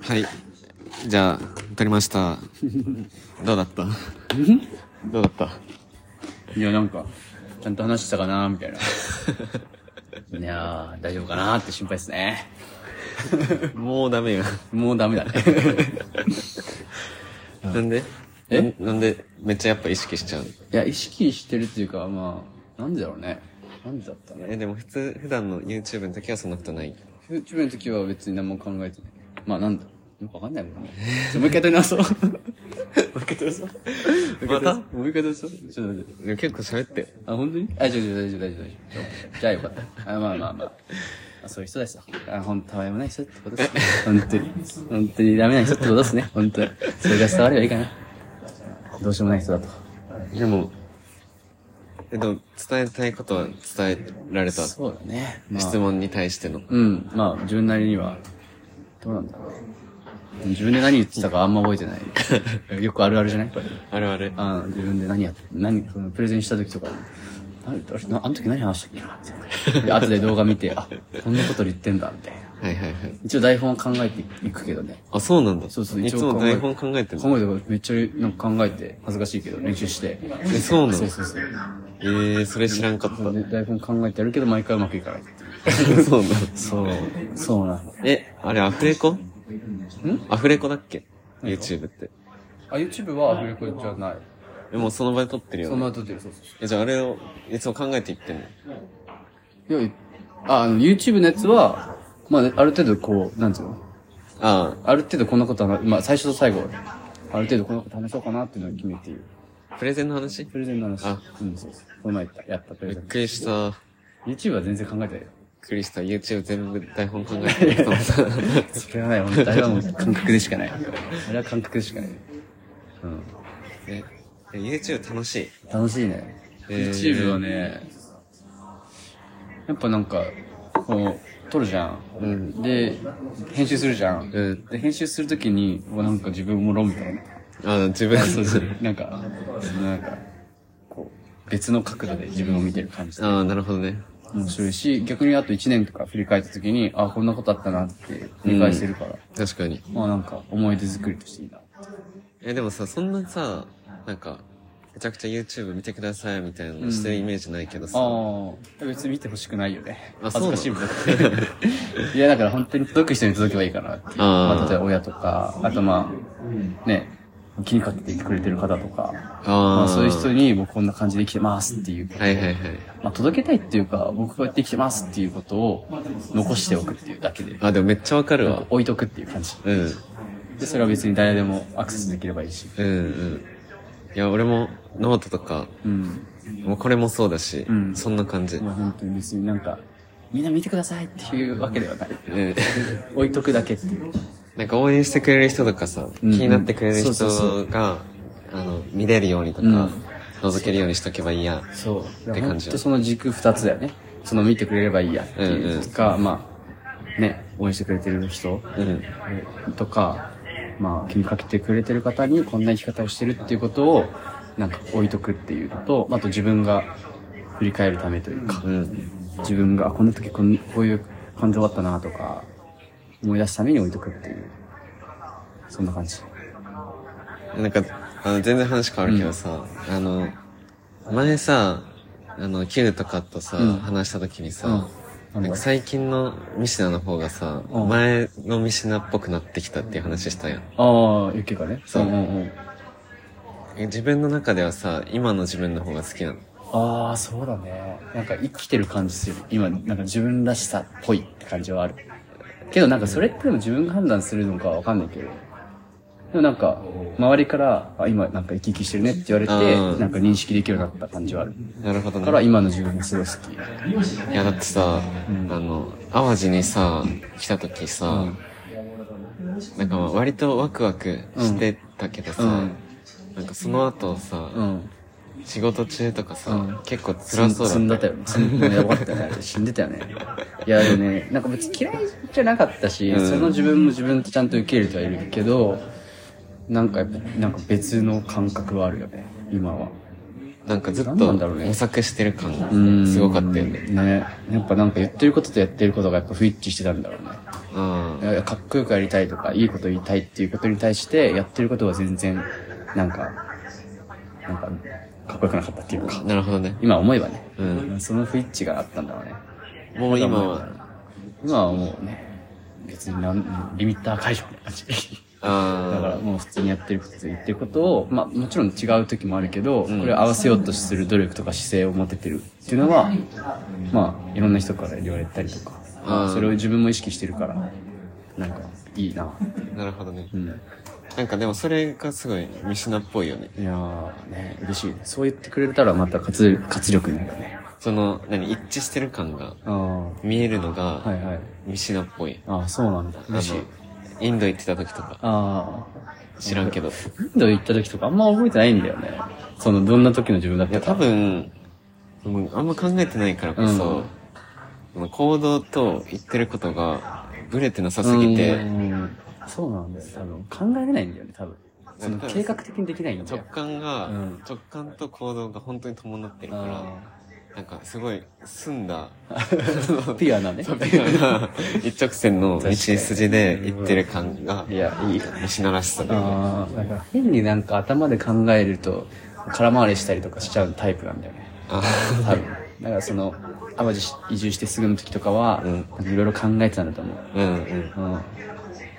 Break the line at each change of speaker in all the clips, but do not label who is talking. はいじゃあ撮りましたどうだったどうだった
いや、なんか、ちゃんと話したかなみたいな。 いやー、大丈夫かなって心配ですね。
もうダメよ
もうダメだね。
なんで
え
ななんでめっちゃやっぱ意識しちゃう
いや、意識してるっていうか、まあ、なんでだろうね。なんでだったね。
えでも普通普段の YouTube の時はそんなことない
YouTube の時は別に何も考えてない。まあ、なんだよくわかんないもんね。ちょもう一回撮り直そう。も う一回撮り直そう。
また
もう一回撮り直そう。ちょっと待って。
結構喋って
あ、本当にあ、ちょ、ちょ、大丈夫、大丈夫、大丈夫。じゃあよかった。あ、まあまあまあ。あそういう人ですよ。あ、ほんと、たわいもない人ってことですね。本当に。本当にダメな人ってことですね。本当に。それが伝わればいいかな。どうしようもない人だと。
でもえっと伝えたいことは伝えられた
そうだね。まあ、
質問に対しての
うん。まあ、自分なりには、どうなんだろうね。自分で何言ってたかあんま覚えてない。よくあるあるじゃないこれ。
あるある
あ自分で何やって、何、そのプレゼンした時とか、何あれなあの時何話したっけなみたいな。で後で動 画見て、あ、こんなこと言ってんだ、みたい
は
な。
いはいはい
一応台本は考えていくけどね。
あそうなんだ
そうそう、
い
一
つ
応
も台本考えてるの
考えてるめっちゃなんか考えて、恥ずかしいけど練習して。
えそうなの
そうそうそう。
えー、それ知らんかった
で台本考えてやるけど、毎回うまくいかないっていう。
そうなの
そう、そうなの。
え、あれアフレコんアフレコだっけ ?YouTube って。
あ、YouTube はアフレコじゃない。
え、もうその場で撮ってるよ
その
ね。
後で、そうそうそ
え、じゃああれをいつも考えていってんの
う。いや、あ、あの、YouTube のやつは、まあ、ある程度こう、なんていうの
あ
ある程度こんなことはな、まあ、最初と最後、ある程度こんなこと話そうかなっていうのを決めている。
あ、プレゼンの話び
プレゼンの話。
あ
うん、そうそう。この前言った、やったプレゼ
っ
ン。
くりした。びっ
YouTube は全然考えてないよ。
くりした。YouTube 全部台本考えてる。 そう
それはない、本当あれはもう感覚でしかない。あれは感覚でしかない。うん。
え、え YouTube 楽しい。
楽しいね。
えー
YouTube はね、やっぱなんか、こう、撮るじゃん。
うん
で、編集するじゃん。
うん
で、編集するときに、うわなんか自分もろみたいな。
あ、自分、
そうそう。なんか、そのなんか、こう、別の角度で自分を見てる感じで
ああ、なるほどね。
面白いし、逆にあと1年とか振り返った時に、あ、こんなことあったなって理解してるから、
確かに。
まあなんか思い出作りとしていいな。
え、でもさ、そんなさ、なんか、めちゃくちゃ YouTube 見てくださいみたいなのしてるイメージないけどさ。
ああ、別に見てほしくないよね。
あ
恥ずかしいもん。
そ
いや、だから本当に届く人に届けばいいかなっていう。
あー
まあ、例えば親とか、あとまあ、ね、気にかけてくれてる方とか、まあ、そういう人
に。
に僕こんな感じで生きてますっていう
はいはいはい。
まあ、届けたいっていうか、僕こうやって生きてますっていうことを残しておくっていうだけで、
あ、でもめっちゃわかるわ。
置いとくっていう感じ。
うん。
で、それは別に誰でもアクセスできればいいし。
うんうん。いや、俺もノートとか、
うん。
もうこれもそうだし、
ん
そんな感じ。
まあ、本当に別になんか、みんな見てくださいっていうわけではない。
うん。
置いとくだけっていう。
なんか応援してくれる人とかさ、
うん
気になってくれる人が、
そうそうそ
あの、見れるようにとか、
うん
覗けるようにしとけばいいや。
そう。だ
って
から
感
本
じ
当その軸二つだよね。その見てくれればいいやっていうとか、まあ、ね、応援してくれてる人
うん。
とか、まあ、気にかけてくれてる方にこんな生き方をしてるっていうことを、なんか置いとくっていうのと、あと自分が振り返るためというか、
うん。
自分が、あこの時こんこういう感情だったなとか、思い出すために置いとくっていう、そんな感じ。
なんか、あの、全然話変わるけどさ、あの、前さ、あの、キューとかとさ、
うん
話した時にさ、
うん
なんか最近のミシナの方がさ、
うん
前のミシナっぽくなってきたっていう話したやん。
ああ、ゆきがね。
そうん
んうん。
え自分の中ではさ今の自分の方が好きなの
ああ、そうだね。なんか生きてる感じする。今、なんか自分らしさっぽいって感じはある。けどなんかそれってでも自分が判断するのかわかんないけど。でもなんか、周りから、あ、今なんか生き生きしてるねって言われ
うん
て、なんか認識できるようになった感じはある。
なるほど
だから
ね
今の自分がすごい好き。
いやだってさ、あの淡路にさ来た時さ、なんかまあ割とワクワクしてたけどさ、
うん
なんかその後さ、
うん。
仕事中とかさ、
うん
結構辛そうだ
積んだ
っ
ったよ。積ん だよ。やばかったよね。あれ死んでたよね。いや、でもね、なんか別に嫌いじゃなかったし、
うん
その自分も自分とちゃんと受け入れてはいるけど、なんかやっぱ、なんか別の感覚はあるよね、今は。
なんかずっ
何な
と
んだろうね
模索してる感
うん
がすごかったよね。
ね。やっぱなんか言ってることとやってることがやっぱ不一致してたんだろうね。
あ
いやかっこよくやりたいとか、いいこと言いたいっていうことに対して、やってることは全然、なんか、なんか、かっこよくなかったっていう
あ、
か、
なるほどね。
今思えばね、
うん。
その不一致があったんだろうね。
もう今は、
今はもうね、別になん、リミッター解除みたいな感じ。だから
あ
もう普通にやってることと言ってることを、まあもちろん違う時もあるけど、
ん
これを合わせようとする努力とか姿勢を持ててるっていうのは、まあいろんな人から言われたりとか、
あー
それを自分も意識してるから、なんかいいな。
あ、なるほどね
う。ん。
なんかでもそれがすごいミシナっぽいよね。
いやーね、嬉しいね。そう言ってくれたらまた活活力になるね。
その、何、一致してる感が
ああ、
見えるの
は
が、
いはい。
ミシナっぽい。
ああ、そうなんだ。
あの
嬉しい。、
インド行ってた時とか、
ああ。
知らんけど。い
インド行った時とかあんま覚えてないんだよね。その、どんな時の自分だった
や、
か。
多分、もうあんま考えてないからこ
うん
そ、この行動と言ってることが、ブレてなさすぎて、
うんそうなんだよ。多分、考えれないんだよね、多分。その、
多分
計画的にできないんだ
直
よ。
感が、
うん
直感と行動が本当に伴ってるか
あ
ら、なんかすごい澄ん だ、
ーピュアなね。
ピュアな一直線の道筋で行ってる感が
い、や、いい。
西ならしさだよね
ああ、なんか変になんか頭で考えると、空回りしたりとかしちゃうタイプなんだよね。
あ
多分。だからその、淡路移住してすぐの時とかは、
うん
いろいろ考えてたんだと思う。
うんうん。
うん。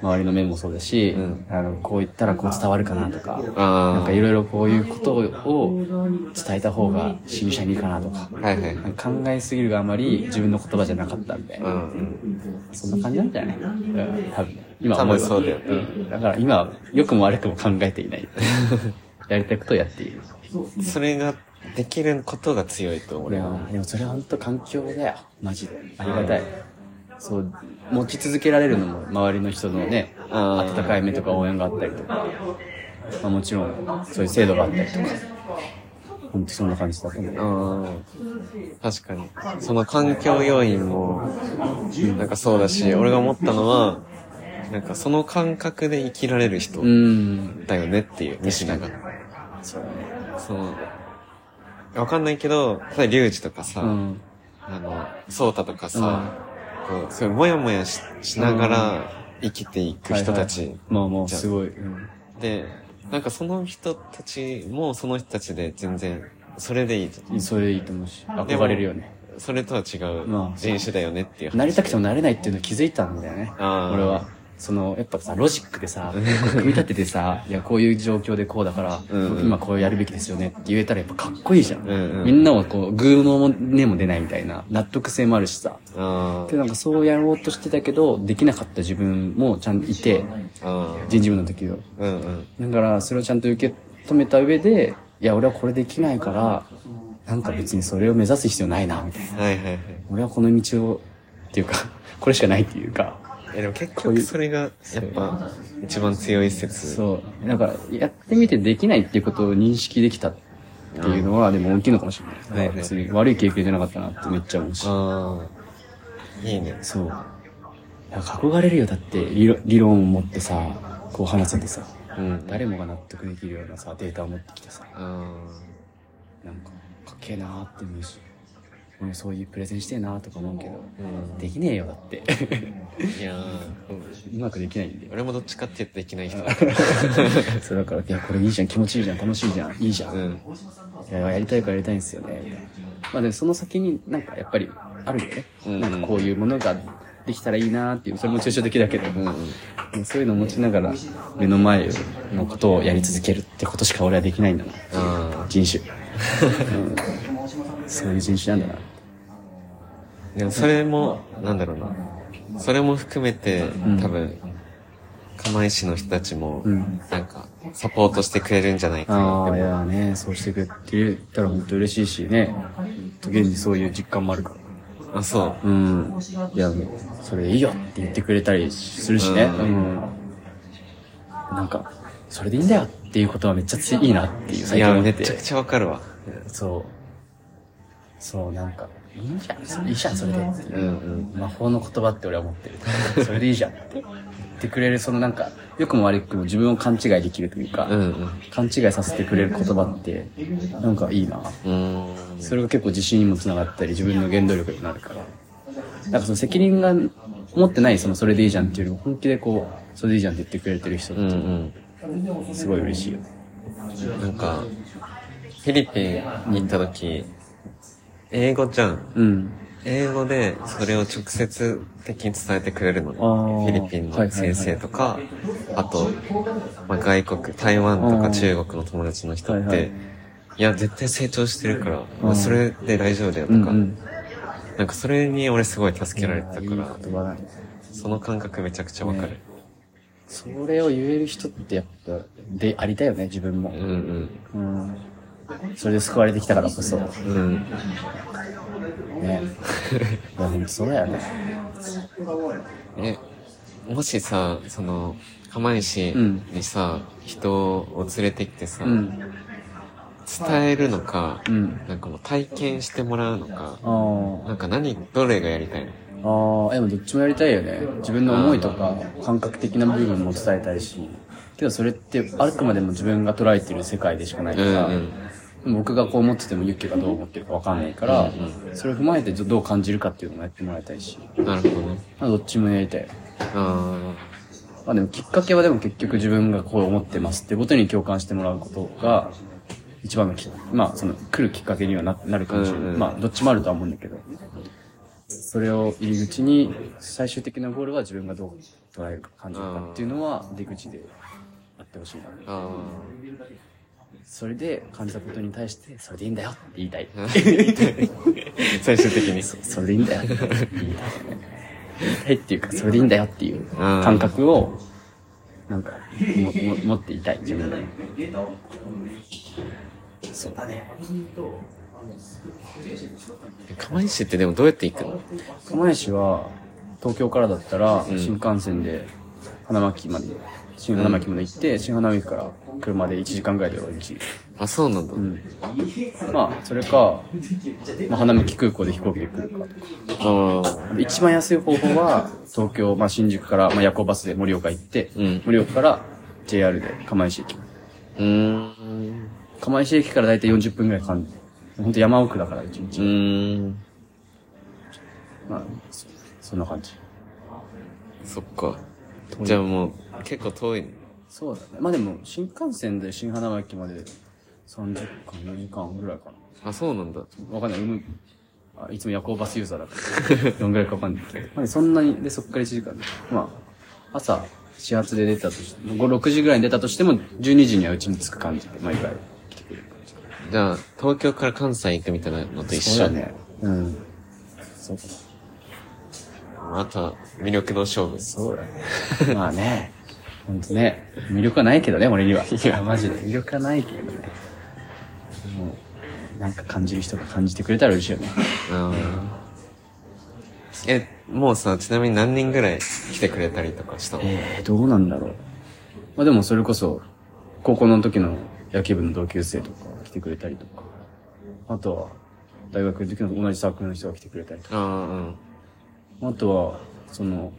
周りの面もそうだし、
ん
あの、こう言ったらこう伝わるかなとか、なん
あ
かいろいろこういうことを伝えた方が支持者にいいかなとか、
あ、はいはい。
なんか考えすぎるがあまり自分の言葉じゃなかったんで、
うんうん。
そんな感じなんじゃないうん、多分。今
多
思え
分
ば。
そうだよね
うん。だから今は良くも悪くも考えてい ない。やりたいことをやっている。
それができることが強いと思う
俺は、でもそれは本当環境だよ。マジで。ありがたい。そう、持ち続けられるのも周りの人のね、
あー
温かい目とか応援があったりとか、まあ、もちろんそういう制度があったりとか、本当そんな感じだと思う。
うん確かに。その環境要因も、なんかそうだし、俺が思ったのは、なんかその感覚で生きられる人
うーん。
だよねっていう、西田が。
そうだね。
その、わかんないけど、例えばリュウジとかさ、
うん。
あの、ソータとかさ、こう、すごいモヤモヤししながら生きていく人たち。
はいはいまあまあ、
じゃん
すごい。うん
で、なんかその人たちもその人たちで全然、それでいいと。
それでいいと思うし、憧れるよね。
それとは違
ま
う
あ
人種だよねっていう話。
なりたくてもなれないっていうの気づいたんだよね。俺
あー
は。その、やっぱさ、ロジックでさ、こう組み立て てさ、いや、こういう状況でこうだから、
うんうん
今こうやるべきですよねって言えたらやっぱかっこいいじゃん。
うんうん
みんなはこう、偶のも根も出ないみたいな、納得性もあるしさ。
あ
で、なんかそうやろうとしてたけど、できなかった自分もちゃんといて、
あ。あ
人事部の時は。
あ。うんうん。
だから、それをちゃんと受け止めた上で、いや、俺はこれできないから、なんか別にそれを目指す必要ないな、みたいな。
はいはいはい。
俺はこの道を、っていうか、 これしかないっていうか、
いやでも結局それが、やっぱ、一番強い説。
そう。だから、やってみてできないっていうことを認識できたっていうのは、でも大きいのかもしれない。だから別に悪い経験じゃなかったなってめっちゃ思うし。
ああ。いいね。
そう。いや憧れるよ。だって理論、理論を持ってさ、こう話せてさ、
うん。
誰もが納得できるようなさ、データを持ってきてさ、
あ
なんか、かっけえなーって思うし、俺もそういうプレゼンしてえなーとか思うけど、できねえよ、だって。
あ。いやー
うまくできないんだよ。
俺もどっちかって言っていけない人だから。
そうだから、いや、これいいじゃん、気持ちいいじゃん、楽しいじゃん、いいじゃん。
うん。
いや、やりたいからやりたいんですよね。みたいなまあでもその先になんかやっぱりあるよね。
うんうん
なんかこういうものができたらいいなっていう、それも抽象的だけど、
うんうん。
そういうのを持ちながら目の前のことをやり続けるってことしか俺はできないんだな。
あ
人 種。うんそういう人種なんだ
あ。
な。
でもそれも、なんだろうな。それも含めて、多分、釜石の人たちも、なんか、サポートしてくれるんじゃないかな。
ああ、いやね、そうしてくれてたら本当嬉しいしね。現にそういう実感もあるから。
あ、そう。
うん。いや、それいいよって言ってくれたりするしね。
う
うん。なんか、それでいいんだよっていうことはめっちゃついいなっていう、
いや、
思
め
っ
ちゃ
て
く。ちゃわかるわ。
そう。そう、なんか、いいんじゃん、それいいじゃん、それでっていうう。
んうん。
魔法の言葉って俺は思ってる。それでいいじゃんって言ってくれる、そのなんか、良くも悪くも自分を勘違いできるというか、
うんうん。
勘違いさせてくれる言葉って、なんかいいな。
うーん。
それが結構自信にもつながったり、自分の原動力になるから。なんかその責任が持ってない、そのそれでいいじゃんっていうよりも、本気でこう、それでいいじゃんって言ってくれてる人っ
うんうん。
て、すごい嬉しいよね。
なんか、フィリピンに行った時、英語じゃん。
うん。
英語でそれを直接的に伝えてくれるのね。
あー
フィリピン
は
の
いはいはい
先生とか、あと、まあ、外国、台湾と
あー
か中国の友達の人って、
はい
い
はい
や、絶対成長してるから、
ー
それで大丈夫だよと
う
か、
んうん。
なんかそれに俺すごい助けられてたか
いい
ら、
言葉だね。
その感覚めちゃくちゃわかる。
それを言える人ってやっぱ、で、ありたいよね、自分も。
うん
うん。それで救われてきたからこそ。ね。
うん。うん。
いや、ほんとそうだよね。
え、もしさ、その、釜石
うん
にさ、人を連れてきてさ、
うん。
伝えるのか、
うん。
なんかもう体験してもらうのか、
ああ。
なんか何、どれがやりたいの
ああ、でもどっちもやりたいよね。自分の思いとか感覚的な部分も伝えたいし。けどそれってあくまでも自分が捉えてる世界でしかないから、
うん
僕がこう思っててもユッケがどう思ってるかわかんないから、
うん
それを踏まえてどう感じるかっていうのもやってもらいたいし。
なるほどね。
まあどっちもやりたいよ。
あ
まあでもきっかけはでも結局自分がこう思ってますってことに共感してもらうことが、一番のき、まあその来るきっかけにはななるかもしれない。
うんうん
まあどっちもあるとは思うんだけど。それを入り口に、最終的なゴールは自分がどう捉えるか感じるかっていうのは出口であってほしいな。
あ、あ
それで感じたことに対して、それでいいんだよって言いたい。
あ。最終的に。
それでいいんだよって言いたい。言いたいっていうか、それでいいんだよっていう感覚を、なんか、もも持っていたい、自分で。そうだね。
釜石ってでもどうやって行くの
釜石は、東京からだったら、新幹線で、花巻まで、新花巻まで行って、新花巻から車で1時間ぐらいで俺行き。
あ、そうなんだ。
うん。まあ、それか、まあ、花巻空港で飛行機で来るか。
ああ。
一番安い方法は、東京、まあ、新宿から、まあ、夜行バスで盛岡行って、
うん
盛岡から JR で釜石駅。
うーん。
釜石駅からだいたい40分くらいかかる。ほんと山奥だから、一
う
日。
ーん。
まあ、そそんな感じ。
そっか。じゃあもう、結構遠いね。
そうだね。まあでも、新幹線で新花輪駅まで3時間、4時間ぐらいか
あ、そうなんだ。
な。わかんない。うむあいつも夜行バスユーザーだから、 どんぐらいかわかんないけど。まあ、そんなに、で、そっから1時間で。まあ、朝、始発で出たとしても、5、6時ぐらいに出たとしても、12時にはうちに着く感じで、毎回来てくれる感じ。
じゃあ、東京から関西行くみたいなのと一緒。
そうだ。ね。うん。そう
あとは、魅力の勝負。
そうだね。まあね。ほんとね。魅力はないけどね、俺には。いや、マジで。魅力はないけどね。もう、なんか感じる人が感じてくれたら嬉しいよね。
あーえ、もうさ、ちなみに何人ぐらい来てくれたりとかしたの
えー、どうなんだろう。まあでもそれこそ、高校の時の野球部の同級生とか来てくれたりとか、あとは、大学の時の同じサークルの人が来てくれたりとか
ああ、
あとは、その、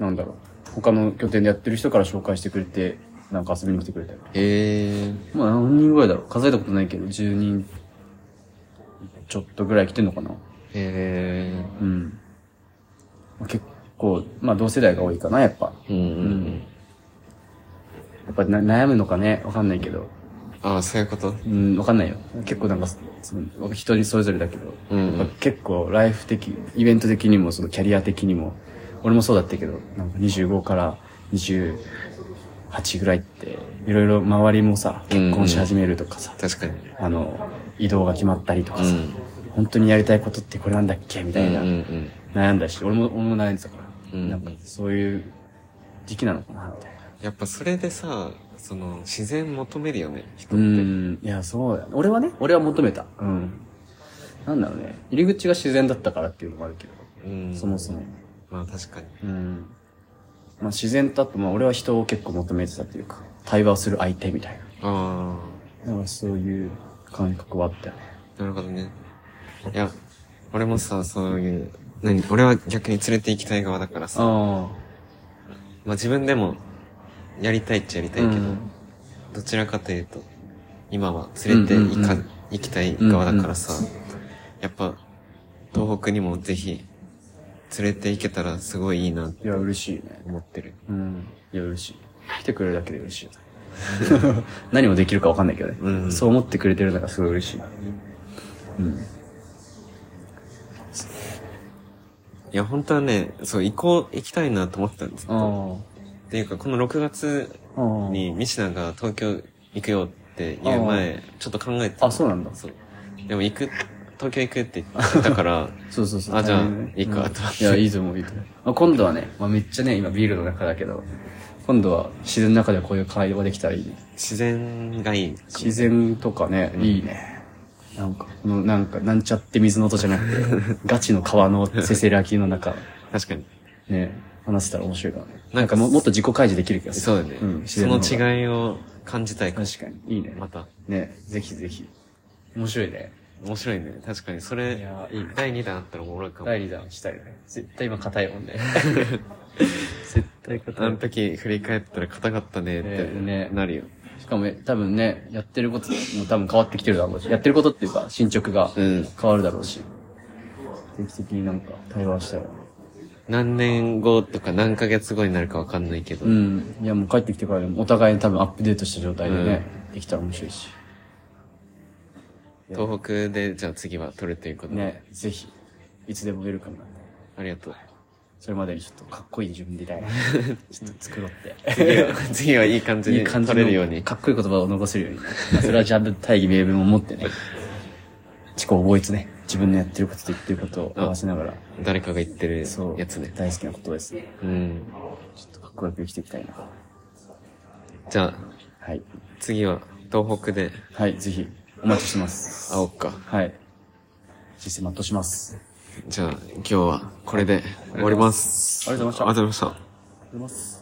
なんだろう、他の拠点でやってる人から紹介してくれて、なんか遊びに来てくれたり。
うん。へえ。
まあ何人ぐらいだろう数えたことないけど、10人ちょっとぐらい来てんのかな
へえ。
うん。まあ結構、まあ同世代が多いかな、やっぱ。
うんうんうん。
やっぱな悩むのかね、わかんないけど。
ああ、そういうこと
うん、わかんないよ。結構なんか、その人にそれぞれだけど、
うんうん
やっぱ結構ライフ的、イベント的にも、そのキャリア的にも、俺もそうだったけど、なんか25から28ぐらいって、いろいろ周りもさ、結婚し始めるとかさ、
確かに。
あの、移動が決まったりとかさ、
うん
本当にやりたいことってこれなんだっけみたいな、
うんうん
悩んだし、俺も、俺も悩んでたから、
うん
なんかそういう時期なのかな、みたいな。
やっぱそれでさ、その、自然求めるよね、人って。
うん。いや、そうだ、ね。俺はね、俺は求めた。うん。なんだろうね。入り口が自然だったからっていうのもあるけど、
うん
そもそも。
まあ確かに。
うん。まあ自然とあと、まあ俺は人を結構求めてたというか、対話をする相手みたい
あ
な。だからそういう感覚はあったよね。
あ、なるほどね。いや、俺もさ、そういう、何俺は逆に連れて行きたい側だからさ、
あ
まあ自分でもやりたいっちゃやりたいけど、
うん
どちらかというと、今は連れて行か、
うんうんうん
行きたい側だからさ、やっぱ、東北にもぜひ、連れて行けたらすごいいいなって
あ。いや、嬉しいね。
思ってる。
うん。いや、嬉しい。来てくれるだけで嬉しいよね。 何もできるかわかんないけどね。
うん
そう思ってくれてるのがすごい嬉しい。うん。
いや、本当はね、そう、行こう、行きたいなと思ってたんですっ
あ
ていうか、この6月
あ。ああ。
に、ミシナが東京行くよって言う前、ちょっと考えてた。
あ、そうなんだ。
そう。でも行く、東京行くって言ってたから、
そうそうそう。
あじゃあ
タイミングね
いいか
うん
と思って
いや、いいと思う、いいと思う。まあ、今度はね、まあ、めっちゃね、今ビールの中だけど、今度は自然の中でこういう会話できたらいいね。
自然がいい。
自然とかね、いいね。なんか、このなんか、なんちゃって水の音じゃなく て、ガチの川のせせらぎの中、
確かに。
ね、話せたら面白いからね。
な
なんん
か
かももっと自己開示できる気がする。
そうだね。
ん、自
そ
然
の
の違い。
違いを感じたいから。
確かに。いいね。
また。
ね、ぜひぜひ。面白いね。
面白いね。確かに。そ
い
れ、
や、いいね。
第2弾あったらおもろいかも。
第2弾したいね。絶対今硬いもんね。 絶対硬
あ
い
の。時振り返ったら硬かったねっ
ね
てなるよ。
しかも多分ね、やってることも多分変わってきてるだろうし、やってることっていうか進捗が
うん
変わるだろうし、定期的になんか対話したら。
何年後とか何ヶ月後になるかわかんないけど
う。ん。いやもう帰ってきてからでもお互いに多分アップデートした状態でね、できたら面白いし。
東北で、じゃあ次は撮るということで。
ね、ぜひ、いつでもウェルカムなんで。
ありがとう。
それまでにちょっとかっこいい自分でいたいな。ちょっと作ろうって。
次は、次はいい感じ
いい
に
感
撮
じ
れるよう
の
に。
かっこいい言葉を残せるように。それはちゃんと大義名分を持ってね。自己覚えつね。自分のやってることと言ってることを合わせながら。
誰かが言ってる
そう。
やつね。
大好きなことですね。
うん。
ちょっとかっこよく生きていきたいな。
じゃあ、
はい。
次は東北で
はい、ぜひ、お待ちしてます。
会おうか。
はい。実践全うします。あり
じゃあ、今日はこれで終わります。
ありがとうございまし
ありが
た
とうございました。
がとうございます。